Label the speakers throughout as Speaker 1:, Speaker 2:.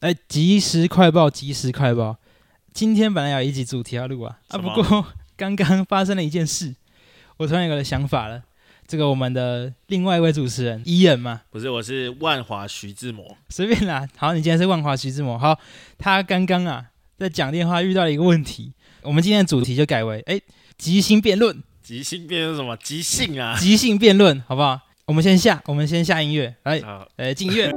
Speaker 1: 哎，即时快报，即时快报。今天本来有一集主题要录啊，啊，
Speaker 2: 什
Speaker 1: 不
Speaker 2: 么
Speaker 1: 过 刚刚发生了一件事，我突然有个想法了。这个我们的另外一位主持人伊恩嘛，
Speaker 2: 不是，我是万华徐志摩。
Speaker 1: 随便啦。好，你今天是万华徐志摩。好，他刚刚啊在讲电话遇到了一个问题，我们今天的主题就改为哎即兴辩论，
Speaker 2: 即兴变成什么？即兴啊！
Speaker 1: 即兴辩论，好不好？我们先下，我们先下音乐，来，
Speaker 2: 啊，
Speaker 1: 呃，进乐。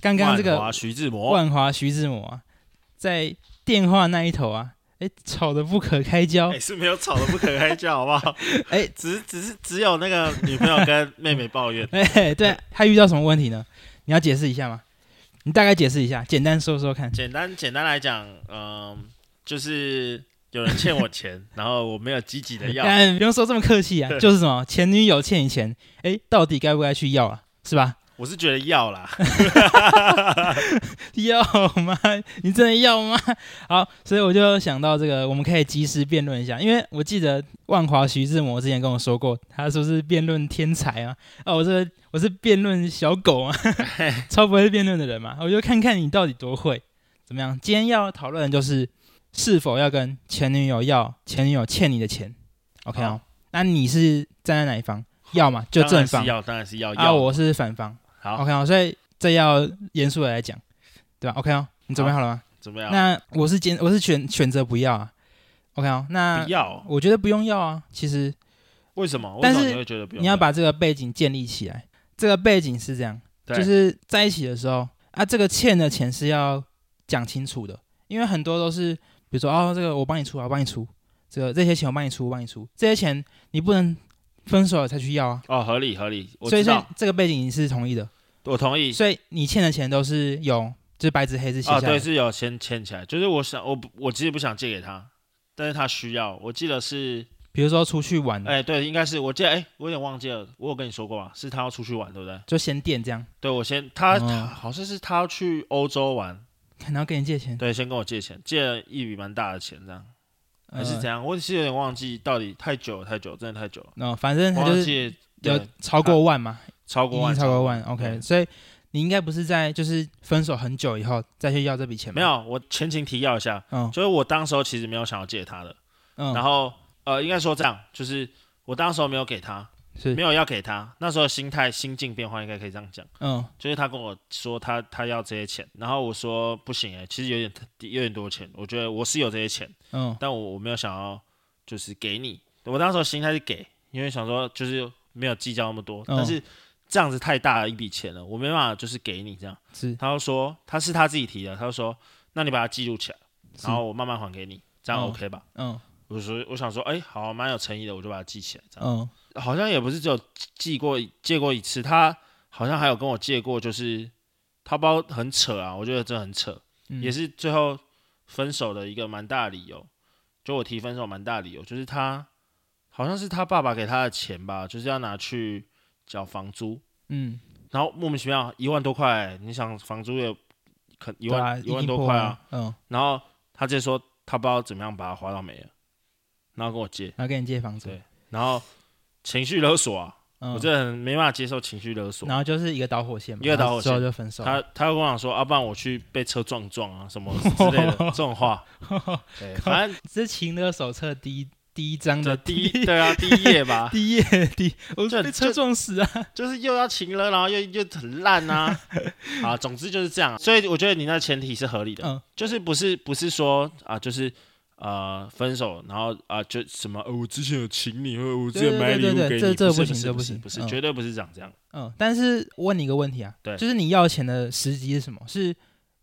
Speaker 1: 刚刚这
Speaker 2: 万
Speaker 1: 个
Speaker 2: 华徐志摩，
Speaker 1: 万华徐志摩、啊、在电话那一头啊，哎，吵得不可开交
Speaker 2: 哎、。是没有吵得不可开交，好不好？
Speaker 1: 哎，
Speaker 2: 只是只是只有那个女朋友跟妹妹抱怨
Speaker 1: 哎，对他遇到什么问题呢？你要解释一下吗？你大概解释一下，简单说说看。
Speaker 2: 简单简单来讲，嗯、就是有人欠我钱，然后我没有积极的要，
Speaker 1: 但哎不用说这么客 气啊，就是什么前女友欠你钱，哎，到底该不该去要啊？是吧？
Speaker 2: 我是觉得要啦，
Speaker 1: 要吗？你真的要吗？ 好，所以我就想到这个，我们可以及时辩论一下，因为我记得万华徐志摩之前跟我说过，他说是辩论天才啊，哦，我这个我是辩论小狗啊， 超不会辩论的人嘛，我就看看你到底多会，怎么样？今天要讨论的就是是否要跟前女友要前女友欠你的钱，OK 哦
Speaker 2: 好？
Speaker 1: 那你是站在哪一方？要嘛就
Speaker 2: 当
Speaker 1: 正
Speaker 2: 然是
Speaker 1: 方，
Speaker 2: 要，当然是要要。
Speaker 1: 啊，我是反方
Speaker 2: 好，
Speaker 1: ，OK 哦，所以这要严肃的来讲，对吧？OK 哦，你准备好了吗？
Speaker 2: 怎么样？
Speaker 1: 那我是坚，我是选选择不要啊。OK 哦，那
Speaker 2: 不要？
Speaker 1: 我觉得不用要啊。其实
Speaker 2: 为什么？为
Speaker 1: 但
Speaker 2: 什么
Speaker 1: 是
Speaker 2: 你会觉得不用？
Speaker 1: 你要把这个背景建立起来。这个背景是这样，
Speaker 2: 对
Speaker 1: 就是在一起的时候啊，这个欠的钱是要讲清楚的，因为很多都是比如说哦，这个我帮你出啊，我帮你出，这个这些钱我帮你出，我帮你出，这些钱你不能分手了才去要啊。
Speaker 2: 哦，合理合理，我
Speaker 1: 所以
Speaker 2: 知
Speaker 1: 说
Speaker 2: 道，
Speaker 1: 这个背景你是同意的，
Speaker 2: 我同意。
Speaker 1: 所以你欠的钱都是有，就是白纸黑字写下来
Speaker 2: 啊，
Speaker 1: 的。
Speaker 2: 对，是有先牵起来，就是我想，我不我其实不想借给他，但是他需要。我记得是，
Speaker 1: 比如说出去玩，
Speaker 2: 哎、对，应该是我记得，哎、我有点忘记了，我有跟你说过吧？是他要出去玩，对不对？
Speaker 1: 就先垫这样，
Speaker 2: 对，我先他、他
Speaker 1: 哦
Speaker 2: 好像是他要去欧洲玩，
Speaker 1: 然后跟你借钱，
Speaker 2: 对，先跟我借钱，借了一笔蛮大的钱，这样还是
Speaker 1: 呃
Speaker 2: 怎样？我是有点忘记，到底太久了太久了，真的太久了，
Speaker 1: 那、反正他
Speaker 2: 忘
Speaker 1: 就是
Speaker 2: 记对啊
Speaker 1: 有超过万嘛，
Speaker 2: 超
Speaker 1: 已
Speaker 2: 过
Speaker 1: 经
Speaker 2: 万，
Speaker 1: 超过万
Speaker 2: 对
Speaker 1: ，OK，所以你应该不是在就是分手很久以后再去要这笔钱吧，
Speaker 2: 没有，我前情提要一下，
Speaker 1: 嗯，
Speaker 2: 就是我当时候其实没有想要借他的，
Speaker 1: 嗯
Speaker 2: 然后呃，应该说这样，就是我当时候没有给他，
Speaker 1: 是
Speaker 2: 没有要给他。那时候心态心境变化应该可以这样讲，
Speaker 1: 嗯
Speaker 2: 就是他跟我说他他要这些钱，然后我说不行哎、其实有点有点多钱，我觉得我是有这些钱，
Speaker 1: 嗯
Speaker 2: 但我我没有想要就是给你，我当时候心态是给，因为想说就是没有计较那么多，
Speaker 1: 嗯
Speaker 2: 但是这样子太大的一笔钱了，我没办法就是给你这样。
Speaker 1: 是
Speaker 2: 他就说他是他自己提的，他就说那你把它记录起来，
Speaker 1: 是
Speaker 2: 然后我慢慢还给你，这
Speaker 1: 嗯
Speaker 2: 样 OK 吧？
Speaker 1: 嗯
Speaker 2: 我说我想说，哎、好，蛮有诚意的，我就把它记起来，这样。
Speaker 1: 嗯
Speaker 2: 好像也不是只有寄过借过一次，他好像还有跟我借过，就是他包很扯啊，我觉得这很扯，
Speaker 1: 嗯
Speaker 2: 也是最后分手的一个蛮大的理由。就我提分手蛮大的理由，就是他好像是他爸爸给他的钱吧，就是要拿去缴房租，
Speaker 1: 嗯
Speaker 2: 然后莫名其妙一万多块，你想房租也可一
Speaker 1: 对啊
Speaker 2: 万、一万多块啊，，
Speaker 1: 定破嗯，
Speaker 2: 然后他直接说他不知道怎么样把它花到没了，然后跟我借，
Speaker 1: 然后跟你借房子
Speaker 2: 对，然后情绪勒索啊，
Speaker 1: 嗯
Speaker 2: 我，真的很没办法接受情绪勒索。
Speaker 1: 然后就是一个导火线嘛，
Speaker 2: 一个导火
Speaker 1: 然后之后
Speaker 2: 线
Speaker 1: 就分手，
Speaker 2: 他他又跟我讲说，啊，不然我去被车撞撞啊，什么之类 的这种话。对，反正
Speaker 1: 这是情勒手册第一第一章
Speaker 2: 这
Speaker 1: 的
Speaker 2: 第一 对啊，第一页吧，
Speaker 1: 第一页第一，我
Speaker 2: 这
Speaker 1: 被
Speaker 2: 这
Speaker 1: 车撞死啊，
Speaker 2: 就是又要情了，然后又又很烂 啊，啊，总之就是这样。所以我觉得你那前提是合理的，
Speaker 1: 嗯
Speaker 2: 就是不是不是说啊，就是。呃，分手，然后啊、就什么、呃，我之前有请你，或者我之前买礼物
Speaker 1: 对对对对
Speaker 2: 给
Speaker 1: 这
Speaker 2: 你，
Speaker 1: 这不
Speaker 2: 不是
Speaker 1: 行
Speaker 2: 是
Speaker 1: 这
Speaker 2: 不
Speaker 1: 不
Speaker 2: 是
Speaker 1: 行
Speaker 2: 不是，
Speaker 1: 嗯
Speaker 2: 绝对不是长这样。
Speaker 1: 嗯，但是我问你一个问题啊，
Speaker 2: 对
Speaker 1: 就是你要钱的时机是什么？是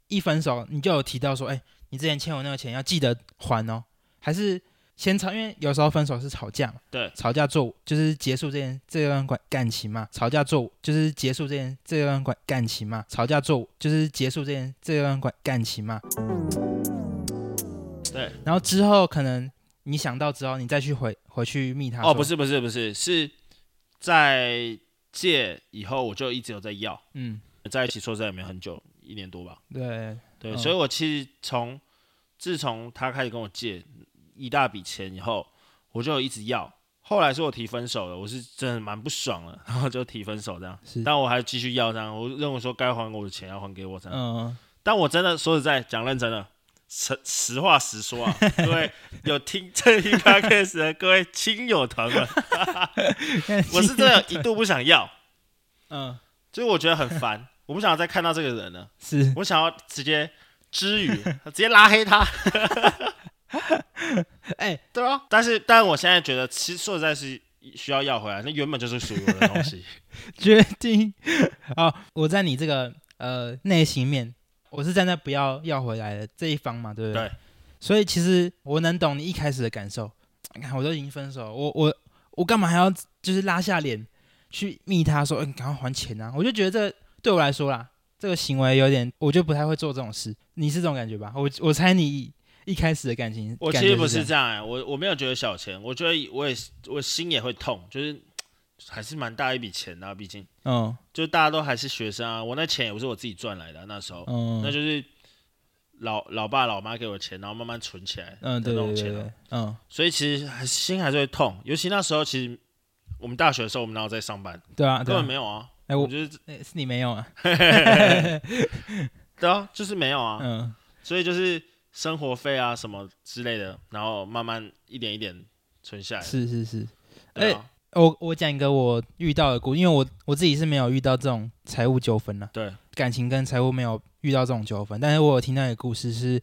Speaker 1: 一分手你就有提到说，哎、你之前欠我那个钱要记得还哦，还是先吵？因为有时候分手是吵架嘛，
Speaker 2: 对
Speaker 1: 吵架做就是结束这件这段感感情嘛，吵架做就是结束这件这段感感情嘛，吵架做就是结束这件这段感感情嘛，
Speaker 2: 对，
Speaker 1: 然后之后可能你想到之后，你再去回回去密他
Speaker 2: 哦，不
Speaker 1: 是，
Speaker 2: 是不是不是，是在借以后我就一直有在要，
Speaker 1: 嗯，
Speaker 2: 在一起说实在也没很久，一年多吧。
Speaker 1: 对，
Speaker 2: 对，
Speaker 1: 嗯
Speaker 2: 所以我其实从自从他开始跟我借一大笔钱以后，我就有一直要。后来是我提分手了，我是真的 蛮不爽了，然后就提分手这样。
Speaker 1: 是
Speaker 2: 但我还继续要这样，我认为说该还我的钱要还给我这样。
Speaker 1: 嗯，
Speaker 2: 但我真的说实在，讲认真的，实实话实 说啊，各位有听这一 podcast 的各位亲友团们，我是真的一度不想要，
Speaker 1: 嗯
Speaker 2: 就是我觉得很烦，我不想再看到这个人了，
Speaker 1: 是
Speaker 2: 我想要直接之语，直接拉黑他，
Speaker 1: 哎、
Speaker 2: 对啊。但是，但我现在觉得，其实说实在是需要要回来，那原本就是属于我的东西。
Speaker 1: 决定。好，我在你这个呃内心面，我是站在不要要回来的这一方嘛，对不对？
Speaker 2: 对。
Speaker 1: 所以其实我能懂你一开始的感受。你看，我都已经分手了，我我我干嘛还要就是拉下脸去密他说，嗯、你赶快还钱啊？我就觉得这对我来说啦，这个行为有点，我就不太会做这种事。你是这种感觉吧？我我猜你一开始的感情，
Speaker 2: 我
Speaker 1: 感
Speaker 2: 其实
Speaker 1: 觉
Speaker 2: 不是
Speaker 1: 是这样，
Speaker 2: 这样、欸，我我没有觉得小钱，我觉得我也是我心也会痛，就是还是蛮大一笔钱的啊、毕竟。
Speaker 1: 嗯
Speaker 2: 就大家都还是学生啊，我那钱也不是我自己赚来的啊、那时候、
Speaker 1: 嗯，
Speaker 2: 那就是老老爸老妈给我钱，然后慢慢存起来的
Speaker 1: 嗯
Speaker 2: 那
Speaker 1: 对
Speaker 2: 种
Speaker 1: 对
Speaker 2: 钱
Speaker 1: 对
Speaker 2: 啊、
Speaker 1: 对，嗯
Speaker 2: 所以其实还心还是会痛，尤其那时候其实我们大学的时候，我们哪有在上班，
Speaker 1: 对啊对
Speaker 2: 根本
Speaker 1: 啊，
Speaker 2: 没有啊，
Speaker 1: 哎
Speaker 2: 我
Speaker 1: 我
Speaker 2: 就是
Speaker 1: 哎是你没有啊，
Speaker 2: 对啊，就是没有啊，
Speaker 1: 嗯。
Speaker 2: 所以就是生活费啊什么之类的，然后慢慢一点一点存下来，
Speaker 1: 是哎是是，
Speaker 2: 对啊，
Speaker 1: 我我讲一个我遇到的故事，因为我我自己是没有遇到这种财务纠纷呢，
Speaker 2: 对，
Speaker 1: 感情跟财务没有遇到这种纠纷，但是我有听到一个故事是，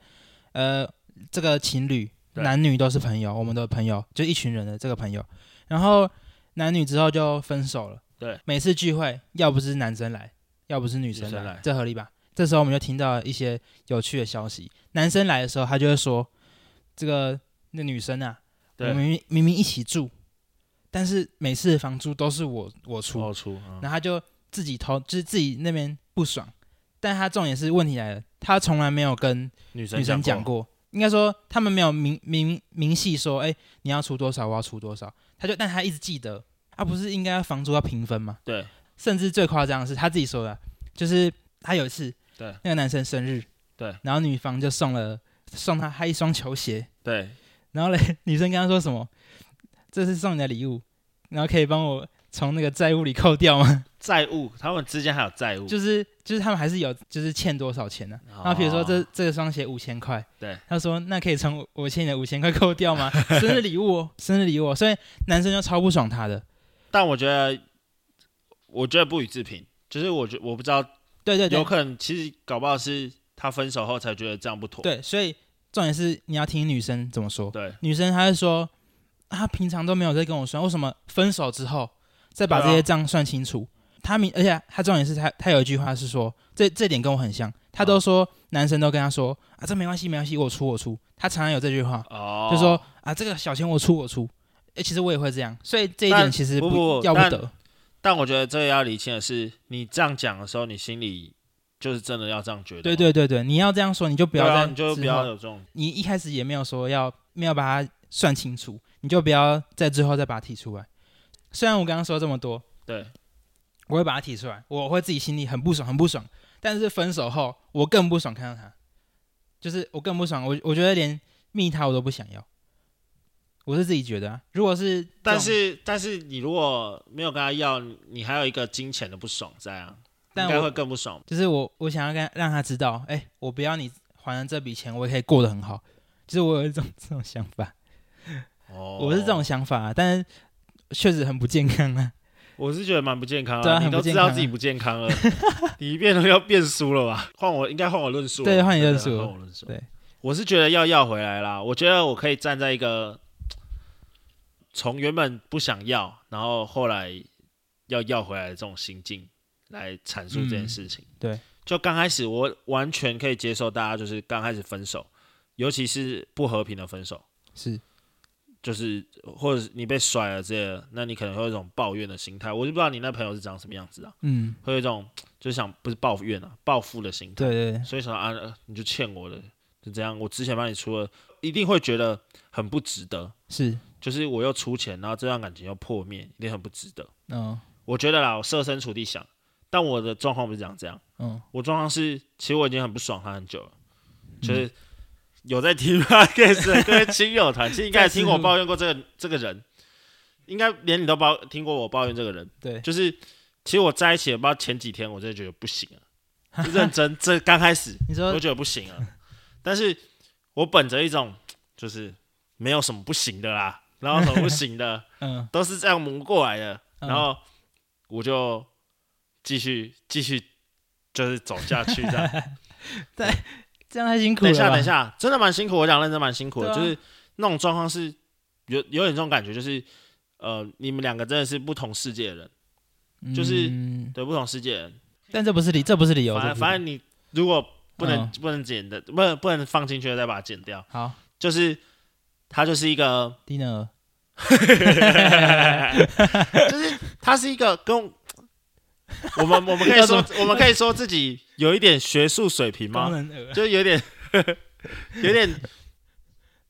Speaker 1: 呃，这个情侣
Speaker 2: 对
Speaker 1: 男女都是朋友，我们的朋友就一群人的这个朋友，然后男女之后就分手了。
Speaker 2: 对，
Speaker 1: 每次聚会要不是男生来，要不是女生
Speaker 2: 女
Speaker 1: 来，
Speaker 2: 生来
Speaker 1: 这合理吧？这时候我们就听到一些有趣的消息，男生来的时候他就会说，这个那女生啊，我
Speaker 2: 对
Speaker 1: 们明明明明一起住，但是每次的房租都是我我出，
Speaker 2: 超出，嗯
Speaker 1: 然后他就自己偷，就是自己那边不爽。但他重点是问题来了，他从来没有跟
Speaker 2: 女生
Speaker 1: 女生讲
Speaker 2: 过，
Speaker 1: 过，应该说他们没有明明明细说，哎、你要出多少，我要出多少。他就，但他一直记得，啊，不是应该房租要平分吗？
Speaker 2: 对，
Speaker 1: 甚至最夸张的是他自己说的，就是他有一次，
Speaker 2: 对
Speaker 1: 那个男生生日，
Speaker 2: 对，
Speaker 1: 然后女方就送了送他他一双球鞋，
Speaker 2: 对，
Speaker 1: 然后嘞，女生跟他说什么？这是送你的礼物，然后可以帮我从那个债务里扣掉吗？
Speaker 2: 债务，他们之间还有债务，
Speaker 1: 就是就是他们还是有就是欠多少钱呢、
Speaker 2: 哦
Speaker 1: 然后比如说这这双鞋五千块，
Speaker 2: 对，
Speaker 1: 他说那可以从我我欠你的五千块扣掉吗？生日礼物、哦，生日礼物、哦，所以男生就超不爽他的。
Speaker 2: 但我觉得，我觉得不予置评。就是我觉我不知道，
Speaker 1: 对对对
Speaker 2: 有，可能其实搞不好是他分手后才觉得这样不妥。
Speaker 1: 对，所以重点是你要听女生怎么说。
Speaker 2: 对
Speaker 1: 女生她会说，啊她平常都没有在跟我算，为什么分手之后再把
Speaker 2: 对啊
Speaker 1: 这些账算清楚？她明，而且她重点是她她有一句话是说，这这点跟我很像，她都说男生都跟她说啊，这没关系没关系，我出我出，她常常有这句话，
Speaker 2: 哦，
Speaker 1: 就说啊这个小钱我出我出。诶其实我也会这样，所以这一
Speaker 2: 但
Speaker 1: 点其实
Speaker 2: 不不
Speaker 1: 要不
Speaker 2: 但
Speaker 1: 得。
Speaker 2: 但我觉得这个要理清的是，你这样讲的时候，你心里就是真的要这样觉得。
Speaker 1: 对，对对对，你要这样说，你就不
Speaker 2: 不要
Speaker 1: 要
Speaker 2: 这
Speaker 1: 再、
Speaker 2: 啊样，你就不要有这种。
Speaker 1: 你一开始也没有说要没有把它算清楚，你就不要在最后再把它提出来。虽然我刚刚说这么多，
Speaker 2: 对
Speaker 1: 我会把它提出来，我会自己心里很不爽，很不爽。但是分手后，我更不爽看到他，就是我更不爽，我我觉得连密他我都不想要。我是自己觉得、啊，如果是这种，
Speaker 2: 但是但是你如果没有跟他要，你还有一个金钱的不爽在啊，
Speaker 1: 但
Speaker 2: 应该
Speaker 1: 我
Speaker 2: 会更不爽。
Speaker 1: 就是我我想要跟让他知道，哎、我不要你还了这笔钱，我也可以过得很好。就是我有一种这种想法，
Speaker 2: 哦，
Speaker 1: 我是这种，想法、啊，但是确实很不健康 啊。
Speaker 2: 我是觉得蛮不健康
Speaker 1: 对啊
Speaker 2: 你
Speaker 1: 很
Speaker 2: 都
Speaker 1: 不
Speaker 2: 知
Speaker 1: 健
Speaker 2: 道
Speaker 1: 康啊
Speaker 2: 自己不健 康了，你变成要变输了吧？换我应该换我论述了，
Speaker 1: 对换你论述
Speaker 2: 对换我论述。
Speaker 1: 对，
Speaker 2: 我是觉得要要回来啦。我觉得我可以站在一个从原本不想要，然后后来要要回来的这种心境来阐述这件事情。
Speaker 1: 嗯对，
Speaker 2: 就刚开始我完全可以接受大家就是刚开始分手，尤其是不和平的分手，
Speaker 1: 是，
Speaker 2: 就是或者是你被甩了这些，那你可能会有一种抱怨的心态。我就不知道你那朋友是长什么样子啊，
Speaker 1: 嗯，
Speaker 2: 会有一种就是想不是抱怨啊，报复的心态。
Speaker 1: 对对对，
Speaker 2: 所以想啊，呃你就欠我的，就这样。我之前帮你出了，一定会觉得很不值得，
Speaker 1: 是，
Speaker 2: 就是我又出钱，然后这段感情又破灭，一定很不值得。
Speaker 1: 嗯
Speaker 2: 我觉得啦，我设身处地想，但我的状况不是讲这样，
Speaker 1: 嗯，
Speaker 2: 我状况是，其实我已经很不爽他很久了，就是有在听 podcast 的各位亲友团，其实应该也听我抱怨过这个这个人，应该连你都抱听过我抱怨这个人。
Speaker 1: 对，
Speaker 2: 就是其实我在一起也不知道前几天，我真的觉得不行啊，就认真，这刚开始
Speaker 1: 你
Speaker 2: 我
Speaker 1: 说
Speaker 2: 就觉得不行啊，但是我本着一种就是没有什么不行的啦，然后什么不行的
Speaker 1: 嗯，
Speaker 2: 都是这样磨过来的，
Speaker 1: 嗯
Speaker 2: 然后我就继续继续就是走下去这 样。
Speaker 1: 这样太辛苦
Speaker 2: 等
Speaker 1: 了
Speaker 2: 一
Speaker 1: 吧。
Speaker 2: 下，等一下，真的蛮辛苦。我讲认真蛮辛苦
Speaker 1: 对
Speaker 2: 的，
Speaker 1: 啊
Speaker 2: 就是那种状况是有有点这种感觉，就是呃，你们两个真的是不同世界的人，
Speaker 1: 嗯，
Speaker 2: 就是对，不同世界的人。
Speaker 1: 但这不是理，这不是理由。
Speaker 2: 反
Speaker 1: 这
Speaker 2: 正
Speaker 1: 不是
Speaker 2: 反正你如果不能、
Speaker 1: 嗯
Speaker 2: 不能剪的，不能不能放进去的，再把它剪掉。
Speaker 1: 好，
Speaker 2: 就是他就是一个，
Speaker 1: 低能儿，
Speaker 2: 就是他是一个跟我我们我们可以
Speaker 1: 要怎
Speaker 2: 说
Speaker 1: 么
Speaker 2: 我们可以说自己有一点学术水平
Speaker 1: 高
Speaker 2: 吗？
Speaker 1: 能呃儿
Speaker 2: 就有点有点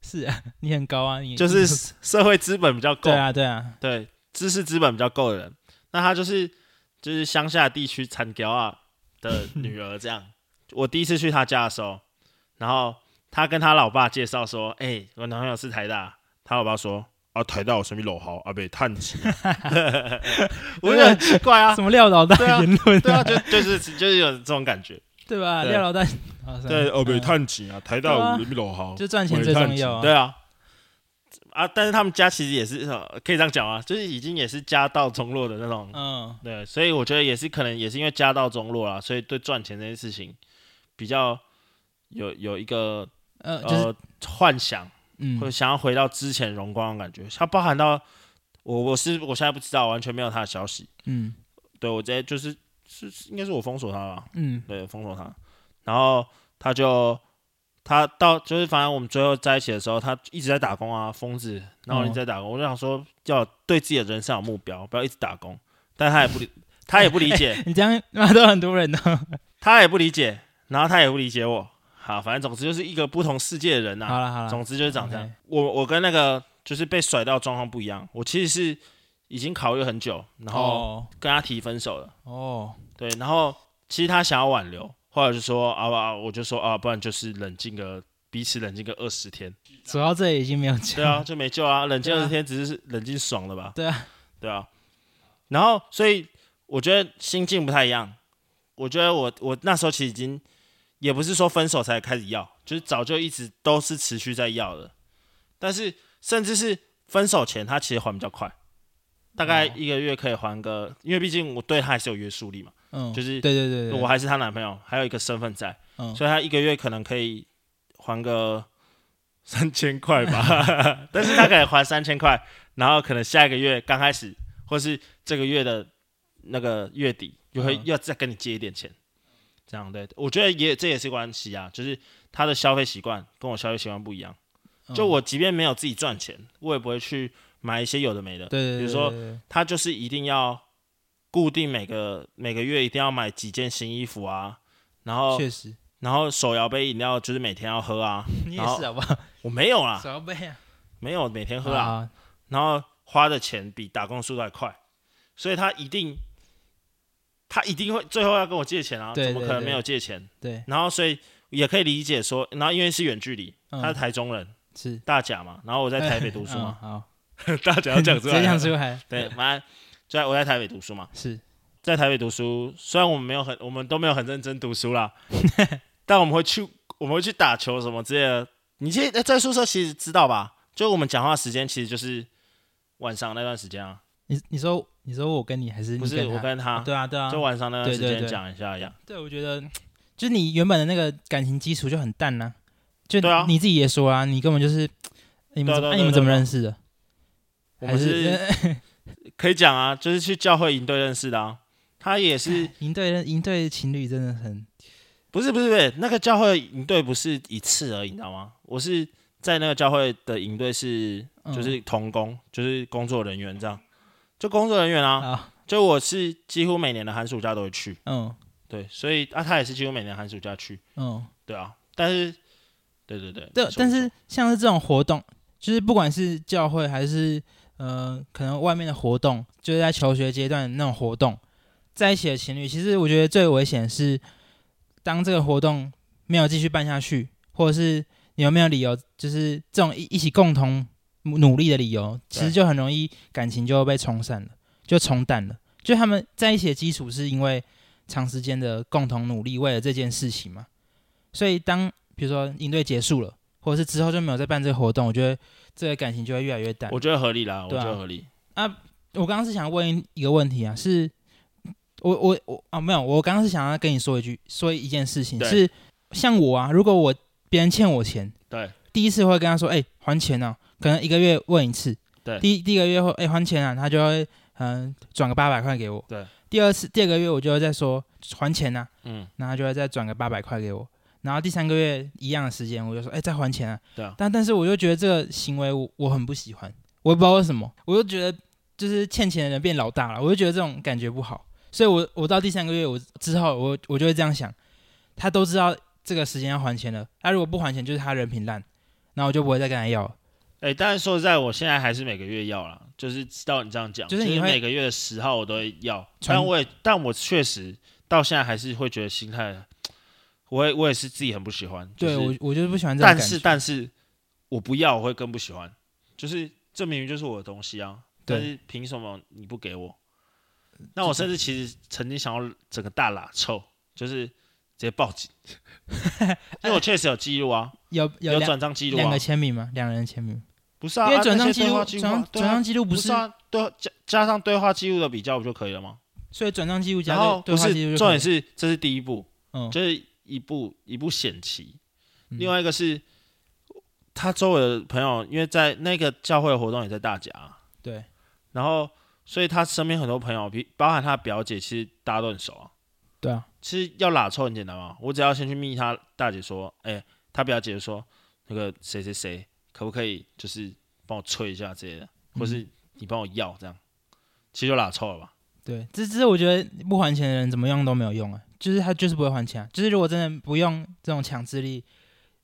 Speaker 1: 是啊，你很高啊，你
Speaker 2: 就是
Speaker 1: 你
Speaker 2: 社会资本比较够
Speaker 1: 对，啊，对啊，
Speaker 2: 对，知识资本比较够的人，那她就是就是乡下地区产条啊的女 儿这样。我第一次去她家的时候，然后她跟她老爸介绍说：“哎、我男朋友是台大。”她老爸说：“啊，台大有什么老好啊？被探亲。” 我觉得很奇怪啊
Speaker 1: 什，么廖老大
Speaker 2: 对啊
Speaker 1: 言论，
Speaker 2: 对啊，就就是就是有这种感觉。
Speaker 1: 对吧？
Speaker 2: 对
Speaker 1: 廖老大， 哦算了
Speaker 3: 对，哦，
Speaker 1: 嗯
Speaker 3: 北探景啊，台大
Speaker 1: 对啊
Speaker 3: 有老好，
Speaker 1: 就赚钱最重要啊。
Speaker 2: 对啊，啊，但是他们家其实也是呃可以这样讲啊，就是已经也是家道中落的那种
Speaker 1: 嗯，
Speaker 2: 对，所以我觉得也是可能也是因为家道中落啦，所以对赚钱这件事情比较有有一个
Speaker 1: 呃，就是
Speaker 2: 呃幻想，
Speaker 1: 嗯
Speaker 2: 或者想要回到之前荣光的感觉。它包含到我我是我现在不知道，完全没有他的消息。
Speaker 1: 嗯
Speaker 2: 对我直接就是是是应该是我封锁他吧，
Speaker 1: 嗯
Speaker 2: 对，封锁他，然后他就。他到就是，反正我们最后在一起的时候，他一直在打工啊，疯子，然后我一直在打工。我就想说，要对自己的人生有目标，不要一直打工。但他也不理，他也不理解，
Speaker 1: 你这样骂到很多人哦呢。
Speaker 2: 他也不理解，然后他也不理解我。好，反正总之就是一个不同世界的人呐、
Speaker 1: 好了好了，
Speaker 2: 总之就是长这样
Speaker 1: OK。
Speaker 2: 我我跟那个就是被甩掉的状况不一样，我其实是已经考虑很久，然后
Speaker 1: 哦
Speaker 2: 跟他提分手了。
Speaker 1: 哦，
Speaker 2: 对，然后其实他想要挽留，后来就说啊啊，我就说啊，不然就是冷静个彼此冷静个二十天。
Speaker 1: 走到这里已经没有救
Speaker 2: 对 啊，就没救啊，冷静
Speaker 1: 对
Speaker 2: 二
Speaker 1: 啊
Speaker 2: 十天只是冷静爽了吧？
Speaker 1: 对啊，
Speaker 2: 对啊。然后，所以我觉得心境不太一样。我觉得我我那时候其实已经也不是说分手才开始要，就是早就一直都是持续在要的。但是，甚至是分手前，他其实还比较快，大概
Speaker 1: 哦
Speaker 2: 一个月可以还个，因为毕竟我对他还是有约束力嘛，
Speaker 1: 嗯，
Speaker 2: 就是
Speaker 1: 对对对对，
Speaker 2: 我还是她男朋友，还有一个身份在，
Speaker 1: 嗯
Speaker 2: 所以他一个月可能可以还个三千块吧， 但是他可以还三千块，然后可能下一个月刚开始，或是这个月的那个月底，就会
Speaker 1: 嗯
Speaker 2: 要再跟你借一点钱，这样对，我觉得也这也是关系啊，就是他的消费习惯跟我消费习惯不一样，
Speaker 1: 嗯
Speaker 2: 就我即便没有自己赚钱，我也不会去买一些有的没的，
Speaker 1: 对对，对
Speaker 2: 比如说
Speaker 1: 对对对
Speaker 2: 他就是一定要固定每个每个月一定要买几件新衣服啊，然后
Speaker 1: 确实，
Speaker 2: 然后手摇杯饮料就是每天要喝啊，
Speaker 1: 你也
Speaker 2: 然后
Speaker 1: 是好不好？
Speaker 2: 我没有啦，
Speaker 1: 手摇杯啊，
Speaker 2: 没有每天喝
Speaker 1: 好
Speaker 2: 啊，
Speaker 1: 啊，
Speaker 2: 然后花的钱比打工速度还快，所以他一定他一定会最后要跟我借钱啊，
Speaker 1: 对
Speaker 2: 怎么可能
Speaker 1: 对对
Speaker 2: 没有借钱？
Speaker 1: 对，
Speaker 2: 然后所以也可以理解说，然后因为是远距离，
Speaker 1: 嗯
Speaker 2: 他是台中人，
Speaker 1: 是
Speaker 2: 大甲嘛，然后我在台北读书
Speaker 1: 嗯
Speaker 2: 嘛，
Speaker 1: 好，
Speaker 2: 大甲要讲
Speaker 1: 直
Speaker 2: 出来
Speaker 1: 接讲
Speaker 2: 了，
Speaker 1: 出来，
Speaker 2: 对，反正就在我在台北读书嘛，
Speaker 1: 是
Speaker 2: 在台北读书，虽然我们没有很，我们都没有很认真读书啦， 但我们会去，我们会去打球什么之类的。你其实呃在宿舍其实知道吧？就我们讲话时间其实就是晚上那段时间啊，
Speaker 1: 你你说你说我跟你还是
Speaker 2: 不是
Speaker 1: 你
Speaker 2: 我
Speaker 1: 他
Speaker 2: 跟他，
Speaker 1: 对啊对啊，
Speaker 2: 就晚上那段时
Speaker 1: 对对
Speaker 2: 间
Speaker 1: 对
Speaker 2: 讲一下一样。
Speaker 1: 对，我觉得就是你原本的那个感情基础就很淡呐、就
Speaker 2: 对啊
Speaker 1: 你自己也说啊，你根本就是你们怎
Speaker 2: 对啊
Speaker 1: 么、
Speaker 2: 对
Speaker 1: 那
Speaker 2: 啊对啊
Speaker 1: 你们怎么认识的？
Speaker 2: 我们 是
Speaker 1: 还是
Speaker 2: 可以讲啊，就是去教会营队认识的啊。他 也是
Speaker 1: 营队营队情侣真的很
Speaker 2: 不是不是不是那个教会营队不是一次而已，你知道吗？我是在那个教会的营队是
Speaker 1: 嗯
Speaker 2: 就是童工，就是工作人员这样，就工作人员啊。
Speaker 1: 啊
Speaker 2: 就我是几乎每年的寒暑假都会去，
Speaker 1: 嗯
Speaker 2: 对，所以啊，他也是几乎每年寒暑假去，
Speaker 1: 嗯
Speaker 2: 对啊，但是，对对对，
Speaker 1: 对
Speaker 2: 没，错
Speaker 1: 但
Speaker 2: 没
Speaker 1: 是
Speaker 2: 错
Speaker 1: 像是这种活动，就是不管是教会还是呃可能外面的活动，就是在求学阶段的那种活动，在一起的情侣，其实我觉得最危险是当这个活动没有继续办下去，或者是有没有理由，就是这种一一起共同努力的理由，其实
Speaker 2: 对
Speaker 1: 就很容易感情就被冲散了，就冲淡了。就他们在一起的基础是因为长时间的共同努力，为了这件事情嘛。所以当比如说营队结束了，或者是之后就没有再办这个活动，我觉得这个感情就会越来越淡。
Speaker 2: 我觉得合理啦，我
Speaker 1: 对啊
Speaker 2: 觉得合理。
Speaker 1: 我刚刚是想问一个问题啊，是我我我啊没有，我刚刚是想要跟你说一句，说一件事情
Speaker 2: 对
Speaker 1: 是，像我啊，如果我别人欠我钱，
Speaker 2: 对，
Speaker 1: 第一次会跟他说，哎、还钱啊，可能一个月问一次，
Speaker 2: 对
Speaker 1: 第一第一个月会，哎、还钱啊，他就会嗯转个八百块给我，
Speaker 2: 对，
Speaker 1: 第二次第二个月我就会再说还钱啊，
Speaker 2: 嗯，
Speaker 1: 然后他就会再转个八百块给我。然后第三个月一样的时间，我就说，哎、再还钱啊！
Speaker 2: 对啊
Speaker 1: 但但是我就觉得这个行为我我很不喜欢，我也不知道为什么，我就觉得就是欠钱的人变老大了，我就觉得这种感觉不好。所以我我到第三个月我之后，我我就会这样想，他都知道这个时间要还钱了，他如果不还钱，就是他人品烂，然后我就不会再跟他要了。
Speaker 2: 哎、但是说实在，我现在还是每个月要啦，就是知道你这样讲，
Speaker 1: 就
Speaker 2: 就是
Speaker 1: 你会
Speaker 2: 每个月的十号我都会要，
Speaker 1: 传
Speaker 2: 但我也，但我确实到现在还是会觉得心态，我也我也是自己很不喜欢，就
Speaker 1: 对
Speaker 2: 是、
Speaker 1: 我我就是不喜欢这种
Speaker 2: 但
Speaker 1: 感
Speaker 2: 是
Speaker 1: 觉。
Speaker 2: 但是我不要，我会更不喜欢，就是这明明就是我的东西啊，
Speaker 1: 对
Speaker 2: 但是凭什么你不给我？那我甚至其实曾经想要整个大拉臭，就是直接报 警，因为我确实有记录啊，
Speaker 1: 有
Speaker 2: 有
Speaker 1: 有两
Speaker 2: 转账记录
Speaker 1: 两
Speaker 2: 啊
Speaker 1: 个，签名吗？两人签名，
Speaker 2: 不是啊，
Speaker 1: 因
Speaker 2: 啊
Speaker 1: 为转账
Speaker 2: 那些
Speaker 1: 记
Speaker 2: 对
Speaker 1: 录
Speaker 2: 话
Speaker 1: 转
Speaker 2: 话
Speaker 1: 账
Speaker 2: 对
Speaker 1: 转
Speaker 2: 啊
Speaker 1: 账记录不
Speaker 2: 不
Speaker 1: 是，
Speaker 2: 是啊，对话加加上对话记录的比较不就可以了吗？
Speaker 1: 所以转账记录加
Speaker 2: 然后
Speaker 1: 对
Speaker 2: 不
Speaker 1: 话记录
Speaker 2: 是
Speaker 1: 就
Speaker 2: 重
Speaker 1: 可以
Speaker 2: 点是这是第一步，
Speaker 1: 嗯
Speaker 2: 就是一步一步险棋。
Speaker 1: 嗯
Speaker 2: 另外一个是他周围的朋友，因为在那个教会的活动也在大甲，
Speaker 1: 对
Speaker 2: 然后所以他身边很多朋友，比包含他的表姐，其实大家都很熟啊。
Speaker 1: 对啊，
Speaker 2: 其实要拉臭很简单嘛，我只要先去密他大姐说，哎、他表姐说那个谁谁谁可不可以就是帮我催一下之类的，或是
Speaker 1: 嗯
Speaker 2: 你帮我要这样，其实就拉臭了吧？
Speaker 1: 对，这这我觉得不还钱的人怎么样都没有用啊，就是他就是不会还钱、啊，就是如果真的不用这种强制力，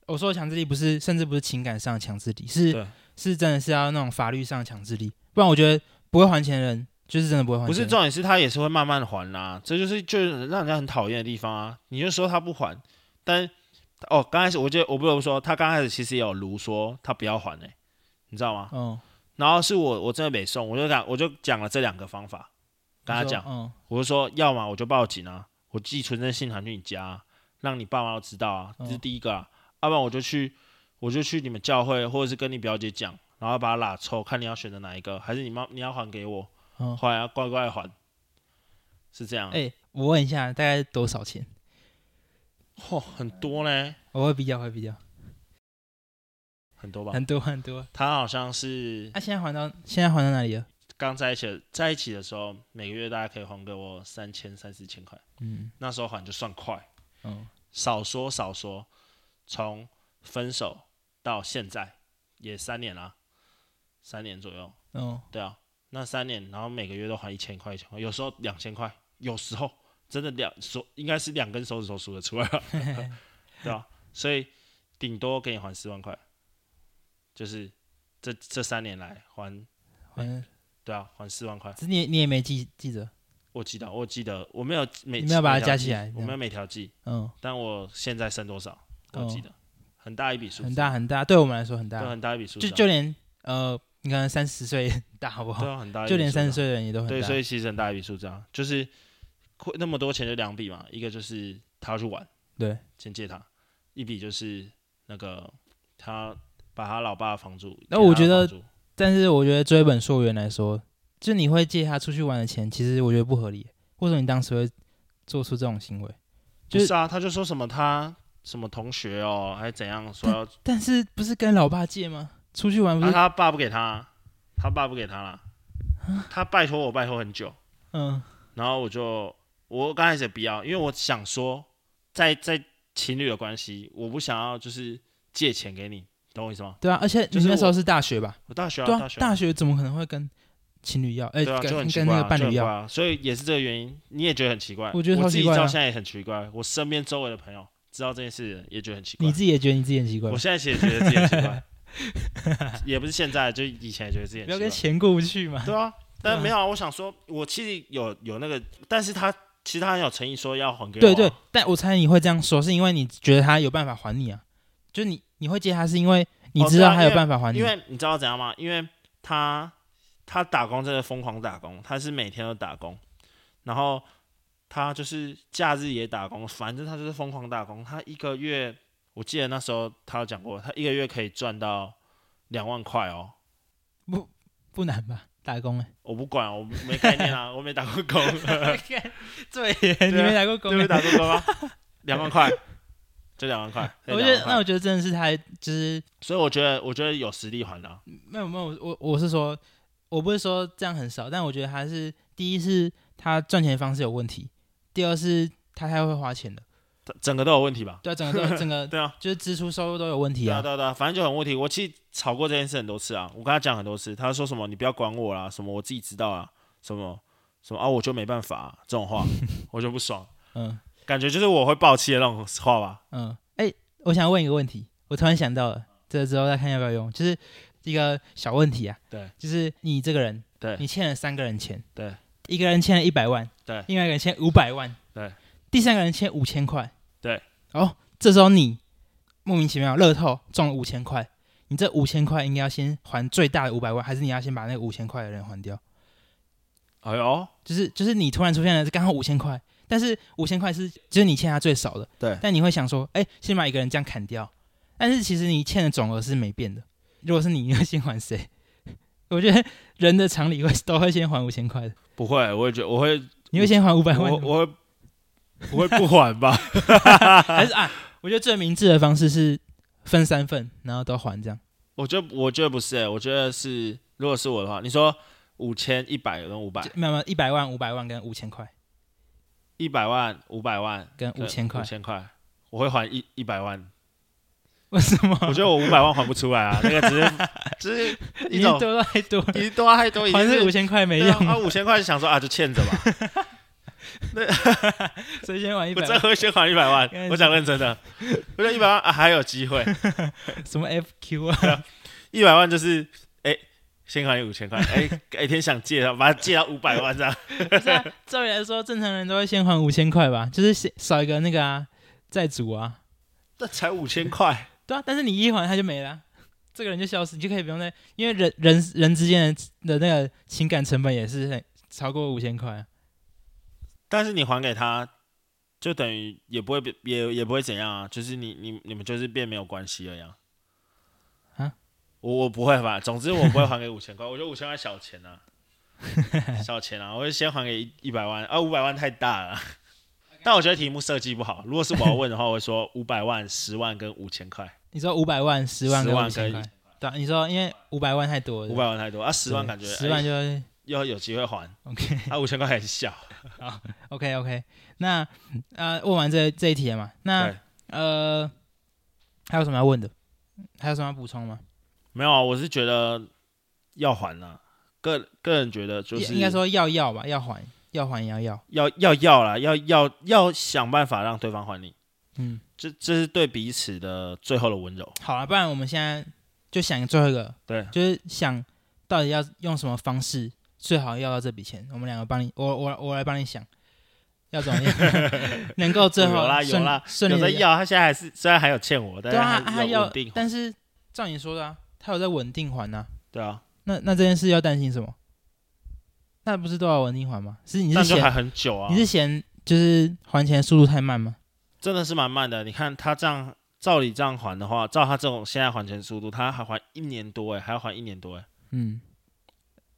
Speaker 1: 我说的强制力不是甚至不是情感上的强制力，是
Speaker 2: 对
Speaker 1: 是真的是要那种法律上的强制力，不然我觉得不会还钱的人就是真的不会还钱，
Speaker 2: 不是重点是他也是会慢慢还啦、这就是就是让人家很讨厌的地方啊！你就说他不还，但哦，刚开始我觉得我不得不说，他刚开始其实也有如说他不要还呢、你知道吗？
Speaker 1: 嗯，
Speaker 2: 然后是我我真的没送，我就讲我就讲了这两个方法，跟他
Speaker 1: 你说
Speaker 2: 讲，
Speaker 1: 嗯
Speaker 2: 我就说要么我就报警啊，我寄存证信函去你家、啊让你爸妈都知道啊，这是
Speaker 1: 嗯
Speaker 2: 第一个啊，要、不然我就去我就去你们教会，或者是跟你表姐讲，然后把他拉臭，看你要选择哪一个，还是你妈你要还给我，
Speaker 1: 嗯，
Speaker 2: 后来要乖乖还，是这样。
Speaker 1: 哎、我问一下大概多少钱？
Speaker 2: 嚯、哦很多呢，
Speaker 1: 我会比较会比较
Speaker 2: 很多吧？
Speaker 1: 很多很多，
Speaker 2: 他好像是
Speaker 1: 啊，现在还到现在还到哪里了？
Speaker 2: 刚在一起的在一起的时候，每个月大概可以还给我三千三四千块，
Speaker 1: 嗯
Speaker 2: 那时候还就算快。
Speaker 1: 嗯，
Speaker 2: 少说少说，从分手到现在也三年啦，三年左右，
Speaker 1: 哦，
Speaker 2: 对啊，那三年，然后每个月都还一千块，一千块，有时候两千块，有时候真的两手应该是两根手指头数得出来 了，对啊，所以顶多给你还四万块，就是这这三年来还，
Speaker 1: 还
Speaker 2: 对啊，还四万块，
Speaker 1: 这你你也没记记着，
Speaker 2: 我记得我记得我没有每
Speaker 1: 你没有把它
Speaker 2: 每条
Speaker 1: 加起
Speaker 2: 记
Speaker 1: 来这
Speaker 2: 我
Speaker 1: 样
Speaker 2: 没有每条记，
Speaker 1: 嗯，
Speaker 2: 但我现在剩多少，我记得、很大一笔数字，
Speaker 1: 哦很大很大，对我们来说很大，
Speaker 2: 对，很大一笔数字
Speaker 1: 就
Speaker 2: 啊、
Speaker 1: 就连呃，你看三十岁也很大好不
Speaker 2: 对
Speaker 1: 好？
Speaker 2: 啊，很大一笔数字啊，
Speaker 1: 就连三十岁的人也都很大。
Speaker 2: 对，所以其实很大一笔数字啊，就是会那么多钱就两笔嘛，一个就是他要去玩，
Speaker 1: 对，
Speaker 2: 先借他，一笔就是那个他把他老爸的房租，
Speaker 1: 那
Speaker 2: 给他
Speaker 1: 我觉得
Speaker 2: 的房租
Speaker 1: 但是我觉得追本溯源来说，就你会借他出去玩的钱，其实我觉得不合理。为什么你当时会做出这种行为？就
Speaker 2: 不
Speaker 1: 是
Speaker 2: 是啊，他就说什么他什么同学哦，还怎样说要，
Speaker 1: 但是不是跟老爸借吗？出去玩不
Speaker 2: 那
Speaker 1: 是？
Speaker 2: 啊他爸不给他，他爸不给他啦，他拜托我拜托很久，
Speaker 1: 嗯
Speaker 2: 然后我就我刚开始也不要，因为我想说，在在情侣的关系，我不想要就是借钱给你，懂我意思吗？
Speaker 1: 对啊，而且
Speaker 2: 就
Speaker 1: 你
Speaker 2: 是
Speaker 1: 那时候
Speaker 2: 我
Speaker 1: 是大学吧？
Speaker 2: 我大学啊，
Speaker 1: 对啊
Speaker 2: 大，学啊、
Speaker 1: 大学怎么可能会跟情侣要？哎、
Speaker 2: 对啊，就
Speaker 1: 跟
Speaker 2: 很奇
Speaker 1: 跟
Speaker 2: 怪、
Speaker 1: 那
Speaker 2: 啊，
Speaker 1: 个伴
Speaker 2: 就
Speaker 1: 侣
Speaker 2: 很怪
Speaker 1: 要？
Speaker 2: 啊，所以也是这个原因，你也觉得很奇怪。
Speaker 1: 我觉得超
Speaker 2: 自
Speaker 1: 奇
Speaker 2: 己
Speaker 1: 怪啊
Speaker 2: 到现在也很奇怪，我身边周围的朋友知道这件事也觉得很奇怪。
Speaker 1: 你自己也觉得你自己很奇怪
Speaker 2: 啊我
Speaker 1: 吗？
Speaker 2: 现在其实也觉得自己很奇怪，也不是现在，就以前也觉得自己很
Speaker 1: 不要
Speaker 2: 奇
Speaker 1: 跟
Speaker 2: 怪。
Speaker 1: 钱过不去嘛。
Speaker 2: 对啊，但没有啊，我想说，我其实有有那个，但是他其实他很有诚意说要还给我、
Speaker 1: 对
Speaker 2: 啊。
Speaker 1: 对，但我猜你会这样说，是因为你觉得他有办法还你啊？就你你会接他是因为你
Speaker 2: 哦
Speaker 1: 知
Speaker 2: 对
Speaker 1: 道
Speaker 2: 啊
Speaker 1: 他有
Speaker 2: 因为
Speaker 1: 办法还你，
Speaker 2: 因为你知道怎样吗？因为他他打工真的疯狂打工，他是每天都打工，然后他就是假日也打工，反正他就是疯狂打工。他一个月，我记得那时候他有讲过，他一个月可以赚到两万块哦。
Speaker 1: 不难吧？打工 哎、
Speaker 2: 我不管，我没概念啊，我 没打过 工，
Speaker 1: 对，你没打过工
Speaker 2: 对，没打过工啊，两万块，就两万块。
Speaker 1: 我觉得那我觉得真的是他就是
Speaker 2: 所以我觉得，我觉得有实力还的、啊。
Speaker 1: 没有没有我我是说，我不是说这样很少，但我觉得他是第一是他赚钱方式有问题，第二是他太会花钱了，
Speaker 2: 整个都有问题吧？
Speaker 1: 对啊，整个都整个
Speaker 2: 对啊，
Speaker 1: 就是支出收入都有问题
Speaker 2: 对
Speaker 1: 啊
Speaker 2: 啊，，对啊，对啊，反正就很问题。我其实吵过这件事很多次啊，我跟他讲很多次，他说什么你不要管我啦，什么我自己知道啊，什么什么啊，我就没办法啊、这种 话，我就不爽，
Speaker 1: 嗯
Speaker 2: 感觉就是我会爆气的那种话吧。
Speaker 1: 嗯，哎、我想问一个问题，我突然想到
Speaker 2: 嗯
Speaker 1: 了，这个之后再看要不要用，就是一个小问题啊，
Speaker 2: 对，
Speaker 1: 就是你这个人，
Speaker 2: 对
Speaker 1: 你欠了三个人钱，
Speaker 2: 对，
Speaker 1: 一个人欠了一百万，
Speaker 2: 对
Speaker 1: 另外一个人欠五百万，
Speaker 2: 对，
Speaker 1: 第三个人欠五千块，
Speaker 2: 对，
Speaker 1: 哦，这时候你莫名其妙乐透中了五千块，你这五千块应该要先还最大的五百万，还是你要先把那个五千块的人还掉？
Speaker 2: 哎呦，
Speaker 1: 就是就是你突然出现了刚好五千块，但是五千块是就是你欠他最少的，
Speaker 2: 对
Speaker 1: 但你会想说，哎、先把一个人这样砍掉，但是其实你欠的总额是没变的。如果是你，你会先还谁？ 我觉得人的常理会都会先还五千块的，
Speaker 2: 不会，我也觉得我会，
Speaker 1: 哎你会先还五百万
Speaker 2: 我
Speaker 1: 的吗，
Speaker 2: 我会我会不还吧？
Speaker 1: 还是啊？我觉得最明智的方式是分三份，然后都还这样。
Speaker 2: 我觉得我觉得不是、欸，我觉得是，如果是我的话，你说五千、一百跟五百
Speaker 1: 就，没有没有，一百万、五百万跟五千块，
Speaker 2: 一百万、五百万
Speaker 1: 跟五千块
Speaker 2: 五，千块，我会还一一百万。
Speaker 1: 为什么？
Speaker 2: 我觉得我五百万还不出来啊，那个只是只是 一
Speaker 1: 你
Speaker 2: 种
Speaker 1: 多太多了，
Speaker 2: 你多太多，已
Speaker 1: 还
Speaker 2: 经
Speaker 1: 是五
Speaker 2: 是
Speaker 1: 千块没
Speaker 2: 对
Speaker 1: 用
Speaker 2: 啊，啊五千块就想说啊就欠着吧，
Speaker 1: 所以先 还一
Speaker 2: 我
Speaker 1: 百
Speaker 2: 真的
Speaker 1: 万。
Speaker 2: 会先还一百万
Speaker 1: 应该，是
Speaker 2: 我讲认真的，我觉得一百万啊还有机会，
Speaker 1: 什么 FQ 啊？
Speaker 2: 一百万就是哎先还你五千块，哎改天想借啊把它借到五百万这 样，
Speaker 1: 不是、啊，照理来说，正常人都会先还五千块吧，就是先少一个那个啊债主啊，
Speaker 2: 这才五千块，
Speaker 1: 对啊，但是你一还他就没了啊，这个人就消失，你就可以不用再，因为人人人之间的的那个情感成本也是很超过五千块啊，
Speaker 2: 但是你还给他。就等于也不会变也也不会怎样啊，就是你你你们就是变没有关系了呀。
Speaker 1: 啊，
Speaker 2: 我我不会吧？总之我不会还给五千块，我 觉得五千块小钱啊，小钱啊，我会先还给一百万啊，五百万太大了。但我觉得题目设计不好，如果是我要问的话，我 会说五百万、十万跟五千块，
Speaker 1: 你说五百万、十万跟
Speaker 2: 10万
Speaker 1: 五千块
Speaker 2: 跟，
Speaker 1: 对啊，你说因为五百万太多了，
Speaker 2: 五百万太多啊，十万感觉
Speaker 1: 十万
Speaker 2: 哎
Speaker 1: 就会、
Speaker 2: 要有机会还，
Speaker 1: OK
Speaker 2: 啊五千块很小，
Speaker 1: OK OK，那呃问完这这一题了嘛，那
Speaker 2: 对，
Speaker 1: 呃还有什么要问的？还有什么要补充吗？
Speaker 2: 没有啊，我是觉得要还啊，个个人觉得就
Speaker 1: 应
Speaker 2: 是
Speaker 1: 应该说要要吧，要还要还也要要，
Speaker 2: 要要要啦，要要要想办法让对方还你，
Speaker 1: 嗯。
Speaker 2: 这这是对彼此的最后的温柔，
Speaker 1: 好了，不然我们现在就想最后一个，
Speaker 2: 对
Speaker 1: 就是想到底要用什么方式最好要到这笔钱。我们两个帮你，我我我来帮你想，要怎么样 能够最后
Speaker 2: 有啦有
Speaker 1: 顺
Speaker 2: 啦
Speaker 1: 顺利
Speaker 2: 有
Speaker 1: 的
Speaker 2: 在，要，他现在还是虽然还有欠我，
Speaker 1: 对
Speaker 2: 但是
Speaker 1: 啊，
Speaker 2: 还
Speaker 1: 他
Speaker 2: 是有
Speaker 1: 要
Speaker 2: 稳定还，
Speaker 1: 但是照你说的啊，他有在稳定还啊，
Speaker 2: 对啊，
Speaker 1: 那那这件事要担心什么？那不是都要稳定还吗？是你
Speaker 2: 那
Speaker 1: 是
Speaker 2: 就还
Speaker 1: 嫌
Speaker 2: 很久啊
Speaker 1: 你，是嫌就是还钱速度太慢吗？
Speaker 2: 真的是蛮慢的。你看他这样，照理这样还的话，照他这种现在还钱速度，他还还一年多哎，还要还一年多哎，
Speaker 1: 嗯，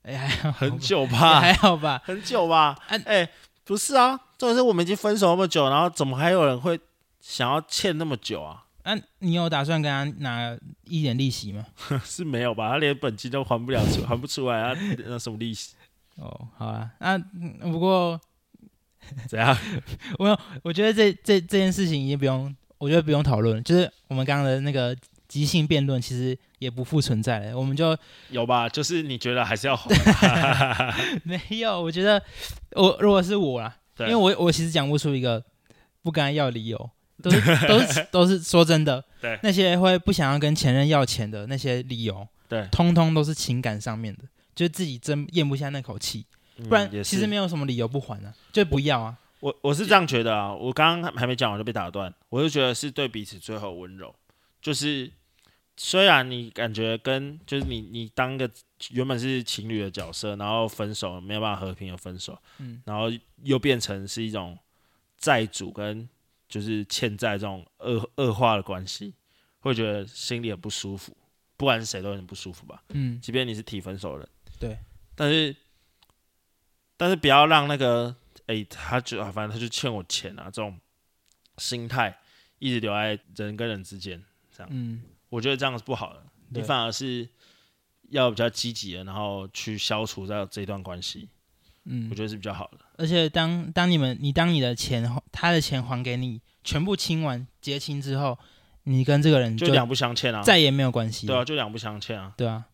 Speaker 1: 哎、还好吧，
Speaker 2: 很久
Speaker 1: 也
Speaker 2: 吧，
Speaker 1: 还好吧，
Speaker 2: 很久吧
Speaker 1: 啊，
Speaker 2: 哎，不是啊，重点是我们已经分手那么久，然后怎么还有人会想要欠那么久啊？
Speaker 1: 那、你有打算跟他拿一点利息吗？
Speaker 2: 是没有吧？他连本金都还不了出，还不出来啊，那什么利息？
Speaker 1: 哦，好啦，那、嗯不 过
Speaker 2: 怎样？
Speaker 1: 我觉得这这这件事情已经不用，我觉得不用讨论了，就是我们刚刚的那个即兴辩论其实也不复存在了，我们就
Speaker 2: 有吧？就是你觉得还是要还，
Speaker 1: 没有。我觉得我如果是我啦，因
Speaker 2: 对
Speaker 1: 为我我其实讲不出一个不跟他要理 由，都是都是都是说真的，
Speaker 2: 对
Speaker 1: 那些会不想要跟前任要钱的那些理由，
Speaker 2: 对
Speaker 1: 通通都是情感上面的，就是自己真咽不下那口气，不然
Speaker 2: 嗯也
Speaker 1: 其
Speaker 2: 是
Speaker 1: 实没有什么理由不还啊，就不要啊。
Speaker 2: 我我是这样觉得啊，我刚刚还没讲完就被打断，我就觉得是对彼此最后的温柔，就是虽然你感觉跟就是你你当个原本是情侣的角色，然后分手没有办法和平的分手，
Speaker 1: 嗯，
Speaker 2: 然后又变成是一种债主跟就是欠债这种恶恶化的关系，会觉得心里很不舒服，不管是谁都很不舒服吧。
Speaker 1: 嗯，
Speaker 2: 即便你是提分手的人，
Speaker 1: 对，
Speaker 2: 但是但是不要让那个哎、他就啊，反正他就欠我钱啊这种心态一直留在人跟人之间，
Speaker 1: 嗯，
Speaker 2: 我觉得这样是不好的。你
Speaker 1: 对
Speaker 2: 反而是要比较积极的，然后去消除掉这段关系，
Speaker 1: 嗯
Speaker 2: 我，觉得是比较好的。
Speaker 1: 而且当当你们你当你的钱还他的钱还给你，全部清完结清之后，你跟这个人
Speaker 2: 就两不相欠啊，
Speaker 1: 再也没有关系
Speaker 2: 对
Speaker 1: 了，
Speaker 2: 啊，就两不相欠啊。
Speaker 1: 对啊，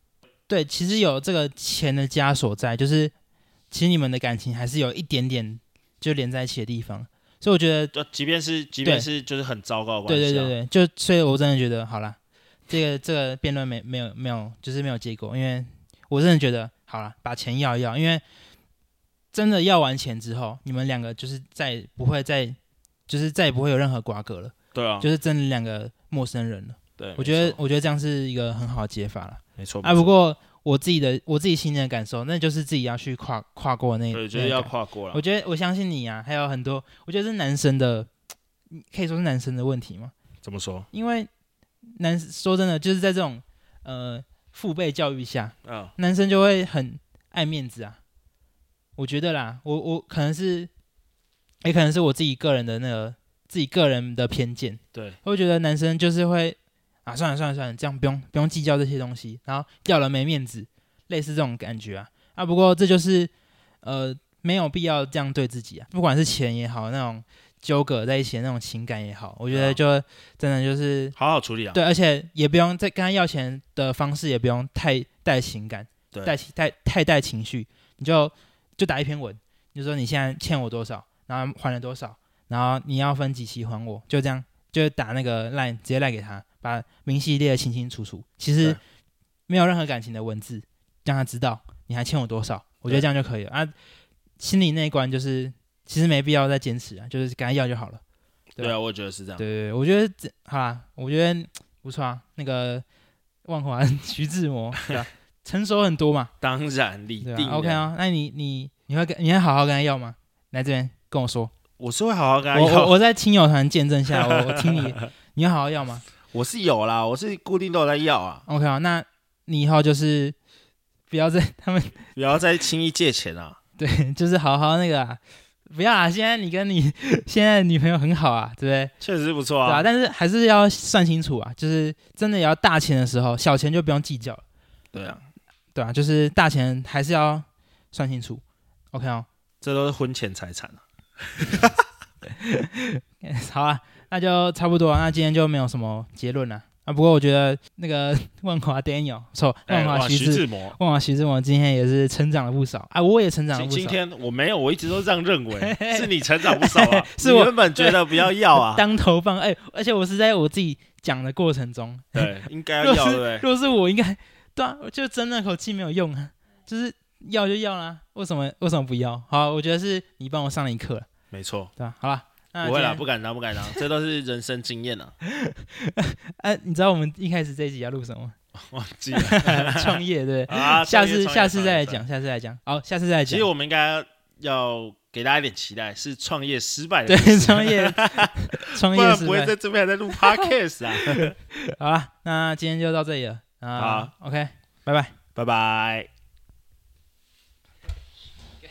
Speaker 1: 对，其实有这个钱的枷锁在，就是其实你们的感情还是有一点点就连在一起的地方，所以我觉得，
Speaker 2: 就即便是即便是就是很糟糕的关
Speaker 1: 对
Speaker 2: 系、
Speaker 1: 对
Speaker 2: 啊，
Speaker 1: 对对，就所以我真的觉得好啦，这个这个辩论没没有没有就是没有结果，因为我真的觉得好啦，把钱要一要，因为真的要完钱之后，你们两个就是再也不会再就是再也不会有任何瓜葛了，
Speaker 2: 对啊，
Speaker 1: 就是真的两个陌生人了。
Speaker 2: 对，
Speaker 1: 我觉得
Speaker 2: 没错
Speaker 1: 我觉得这样是一个很好的解法了。
Speaker 2: 没错
Speaker 1: 啊，不过我自己的我自己心里的感受，那就是自己要去跨跨过那，
Speaker 2: 对，
Speaker 1: 那
Speaker 2: 就是
Speaker 1: 个
Speaker 2: 要
Speaker 1: 坎。
Speaker 2: 跨过
Speaker 1: 我
Speaker 2: 了，
Speaker 1: 觉得我相信你啊，还有很多，我觉得是男生的，可以说是男生的问题嘛，
Speaker 2: 怎么说？
Speaker 1: 因为男说真的，就是在这种呃父辈教育下，
Speaker 2: 嗯，
Speaker 1: 男生就会很爱面子啊。我觉得啦，我我可能是，也可能是我自己个人的那个自己个人的偏见，
Speaker 2: 对，
Speaker 1: 我会觉得男生就是会啊，算了算了算了，这样不用不用计较这些东西，然后要了没面子，类似这种感觉啊啊。不过这就是呃没有必要这样对自己啊，不管是钱也好，那种纠葛在一起的那种情感也好，我觉
Speaker 2: 对
Speaker 1: 得
Speaker 2: 啊
Speaker 1: 就真的就是
Speaker 2: 好好处理啊。
Speaker 1: 对，而且也不用在跟他要钱的方式也不用太带情感，
Speaker 2: 对
Speaker 1: 带情带太带情绪，你就就打一篇文，你就说你现在欠我多少，然后还了多少，然后你要分几期还我，就这样，就打那个 line 直接赖给他，把明细列得清清楚楚，其实
Speaker 2: 对
Speaker 1: 没有任何感情的文字，让他知道你还欠我多少，我觉得
Speaker 2: 对
Speaker 1: 这样就可以了啊。心里那一关就是其实没必要再坚持啊，就是跟他要就好了。对
Speaker 2: 对啊，我也觉得是这样。
Speaker 1: 对对，对我觉得这好啦，我觉得不错啊。那个万华 徐志 摩，对吧、成熟很多嘛，
Speaker 2: 当然，理
Speaker 1: 对
Speaker 2: 定
Speaker 1: 吧、
Speaker 2: 的
Speaker 1: o k，啊，那你你你会跟你会好好跟他要吗？来这边跟我说，
Speaker 2: 我是会好好跟他
Speaker 1: 我
Speaker 2: 要
Speaker 1: 我，我在亲友团见证下，我我听你， 你会好好要吗
Speaker 2: 我是有啦，我是固定都有在要啊，
Speaker 1: ？OK 啊，那你以后就是不要再 他们
Speaker 2: 不要再轻易借钱啊。
Speaker 1: 对，就是好好那个、啊，不要啊。现在你跟你 现在的女朋友很好啊，对不对？
Speaker 2: 确实是不错
Speaker 1: 对啊，
Speaker 2: 啊，
Speaker 1: 但是还是要算清楚啊，就是真的要大钱的时候，小钱就不用计较了。
Speaker 2: 对啊，
Speaker 1: 对啊，就是大钱还是要算清楚。OK 哦，
Speaker 2: 这都是婚前财产啊。
Speaker 1: 好啊，那就差不多啊，那今天就没有什么结论了啊。不过我觉得那个 万华 Daniel 错，
Speaker 2: 哎
Speaker 1: 万华
Speaker 2: 哇
Speaker 1: 徐
Speaker 2: 徐
Speaker 1: 志，
Speaker 2: 志摩，
Speaker 1: 万华徐志摩今天也是成长了不少啊，我也成长了
Speaker 2: 今
Speaker 1: 不
Speaker 2: 今
Speaker 1: 少。，
Speaker 2: 天我没有，我一直都这样认为，是你成长不少啊
Speaker 1: 是
Speaker 2: 你
Speaker 1: 我
Speaker 2: 原本觉得不要要啊，
Speaker 1: 当头棒哎，而且我是在我自己讲的过程中，
Speaker 2: 对，应该
Speaker 1: 若
Speaker 2: 要要对
Speaker 1: 是
Speaker 2: 不 对？
Speaker 1: 若是我应该对啊，就争那口气没有用啊，就是要就要啦，为什么为什么不要？好啊，我觉得是你帮我上了一课了，
Speaker 2: 没错，
Speaker 1: 对吧、好了，那
Speaker 2: 不会啦，
Speaker 1: 今天
Speaker 2: 不敢当，不敢当，这都是人生经验 啊，
Speaker 1: 哎、你知道我们一开始这一集要录什 么吗？
Speaker 2: 忘记了
Speaker 1: 创业对，
Speaker 2: 啊。
Speaker 1: 下
Speaker 2: 创
Speaker 1: 次
Speaker 2: 业
Speaker 1: 下次再来。
Speaker 2: 创业创
Speaker 1: 讲，
Speaker 2: 业
Speaker 1: 下次再来讲，好，下次再来
Speaker 2: 其
Speaker 1: 讲
Speaker 2: 实。我们应该要给大家一点期待，是创业失败的
Speaker 1: 对
Speaker 2: 故事，
Speaker 1: 创 业创
Speaker 2: 不
Speaker 1: 业
Speaker 2: 然
Speaker 1: 失
Speaker 2: 不会在
Speaker 1: 败。
Speaker 2: 这边还在录 podcast 啊。
Speaker 1: 好了，那今天就到这里了啊
Speaker 2: 好。
Speaker 1: OK，拜拜。
Speaker 2: 拜拜。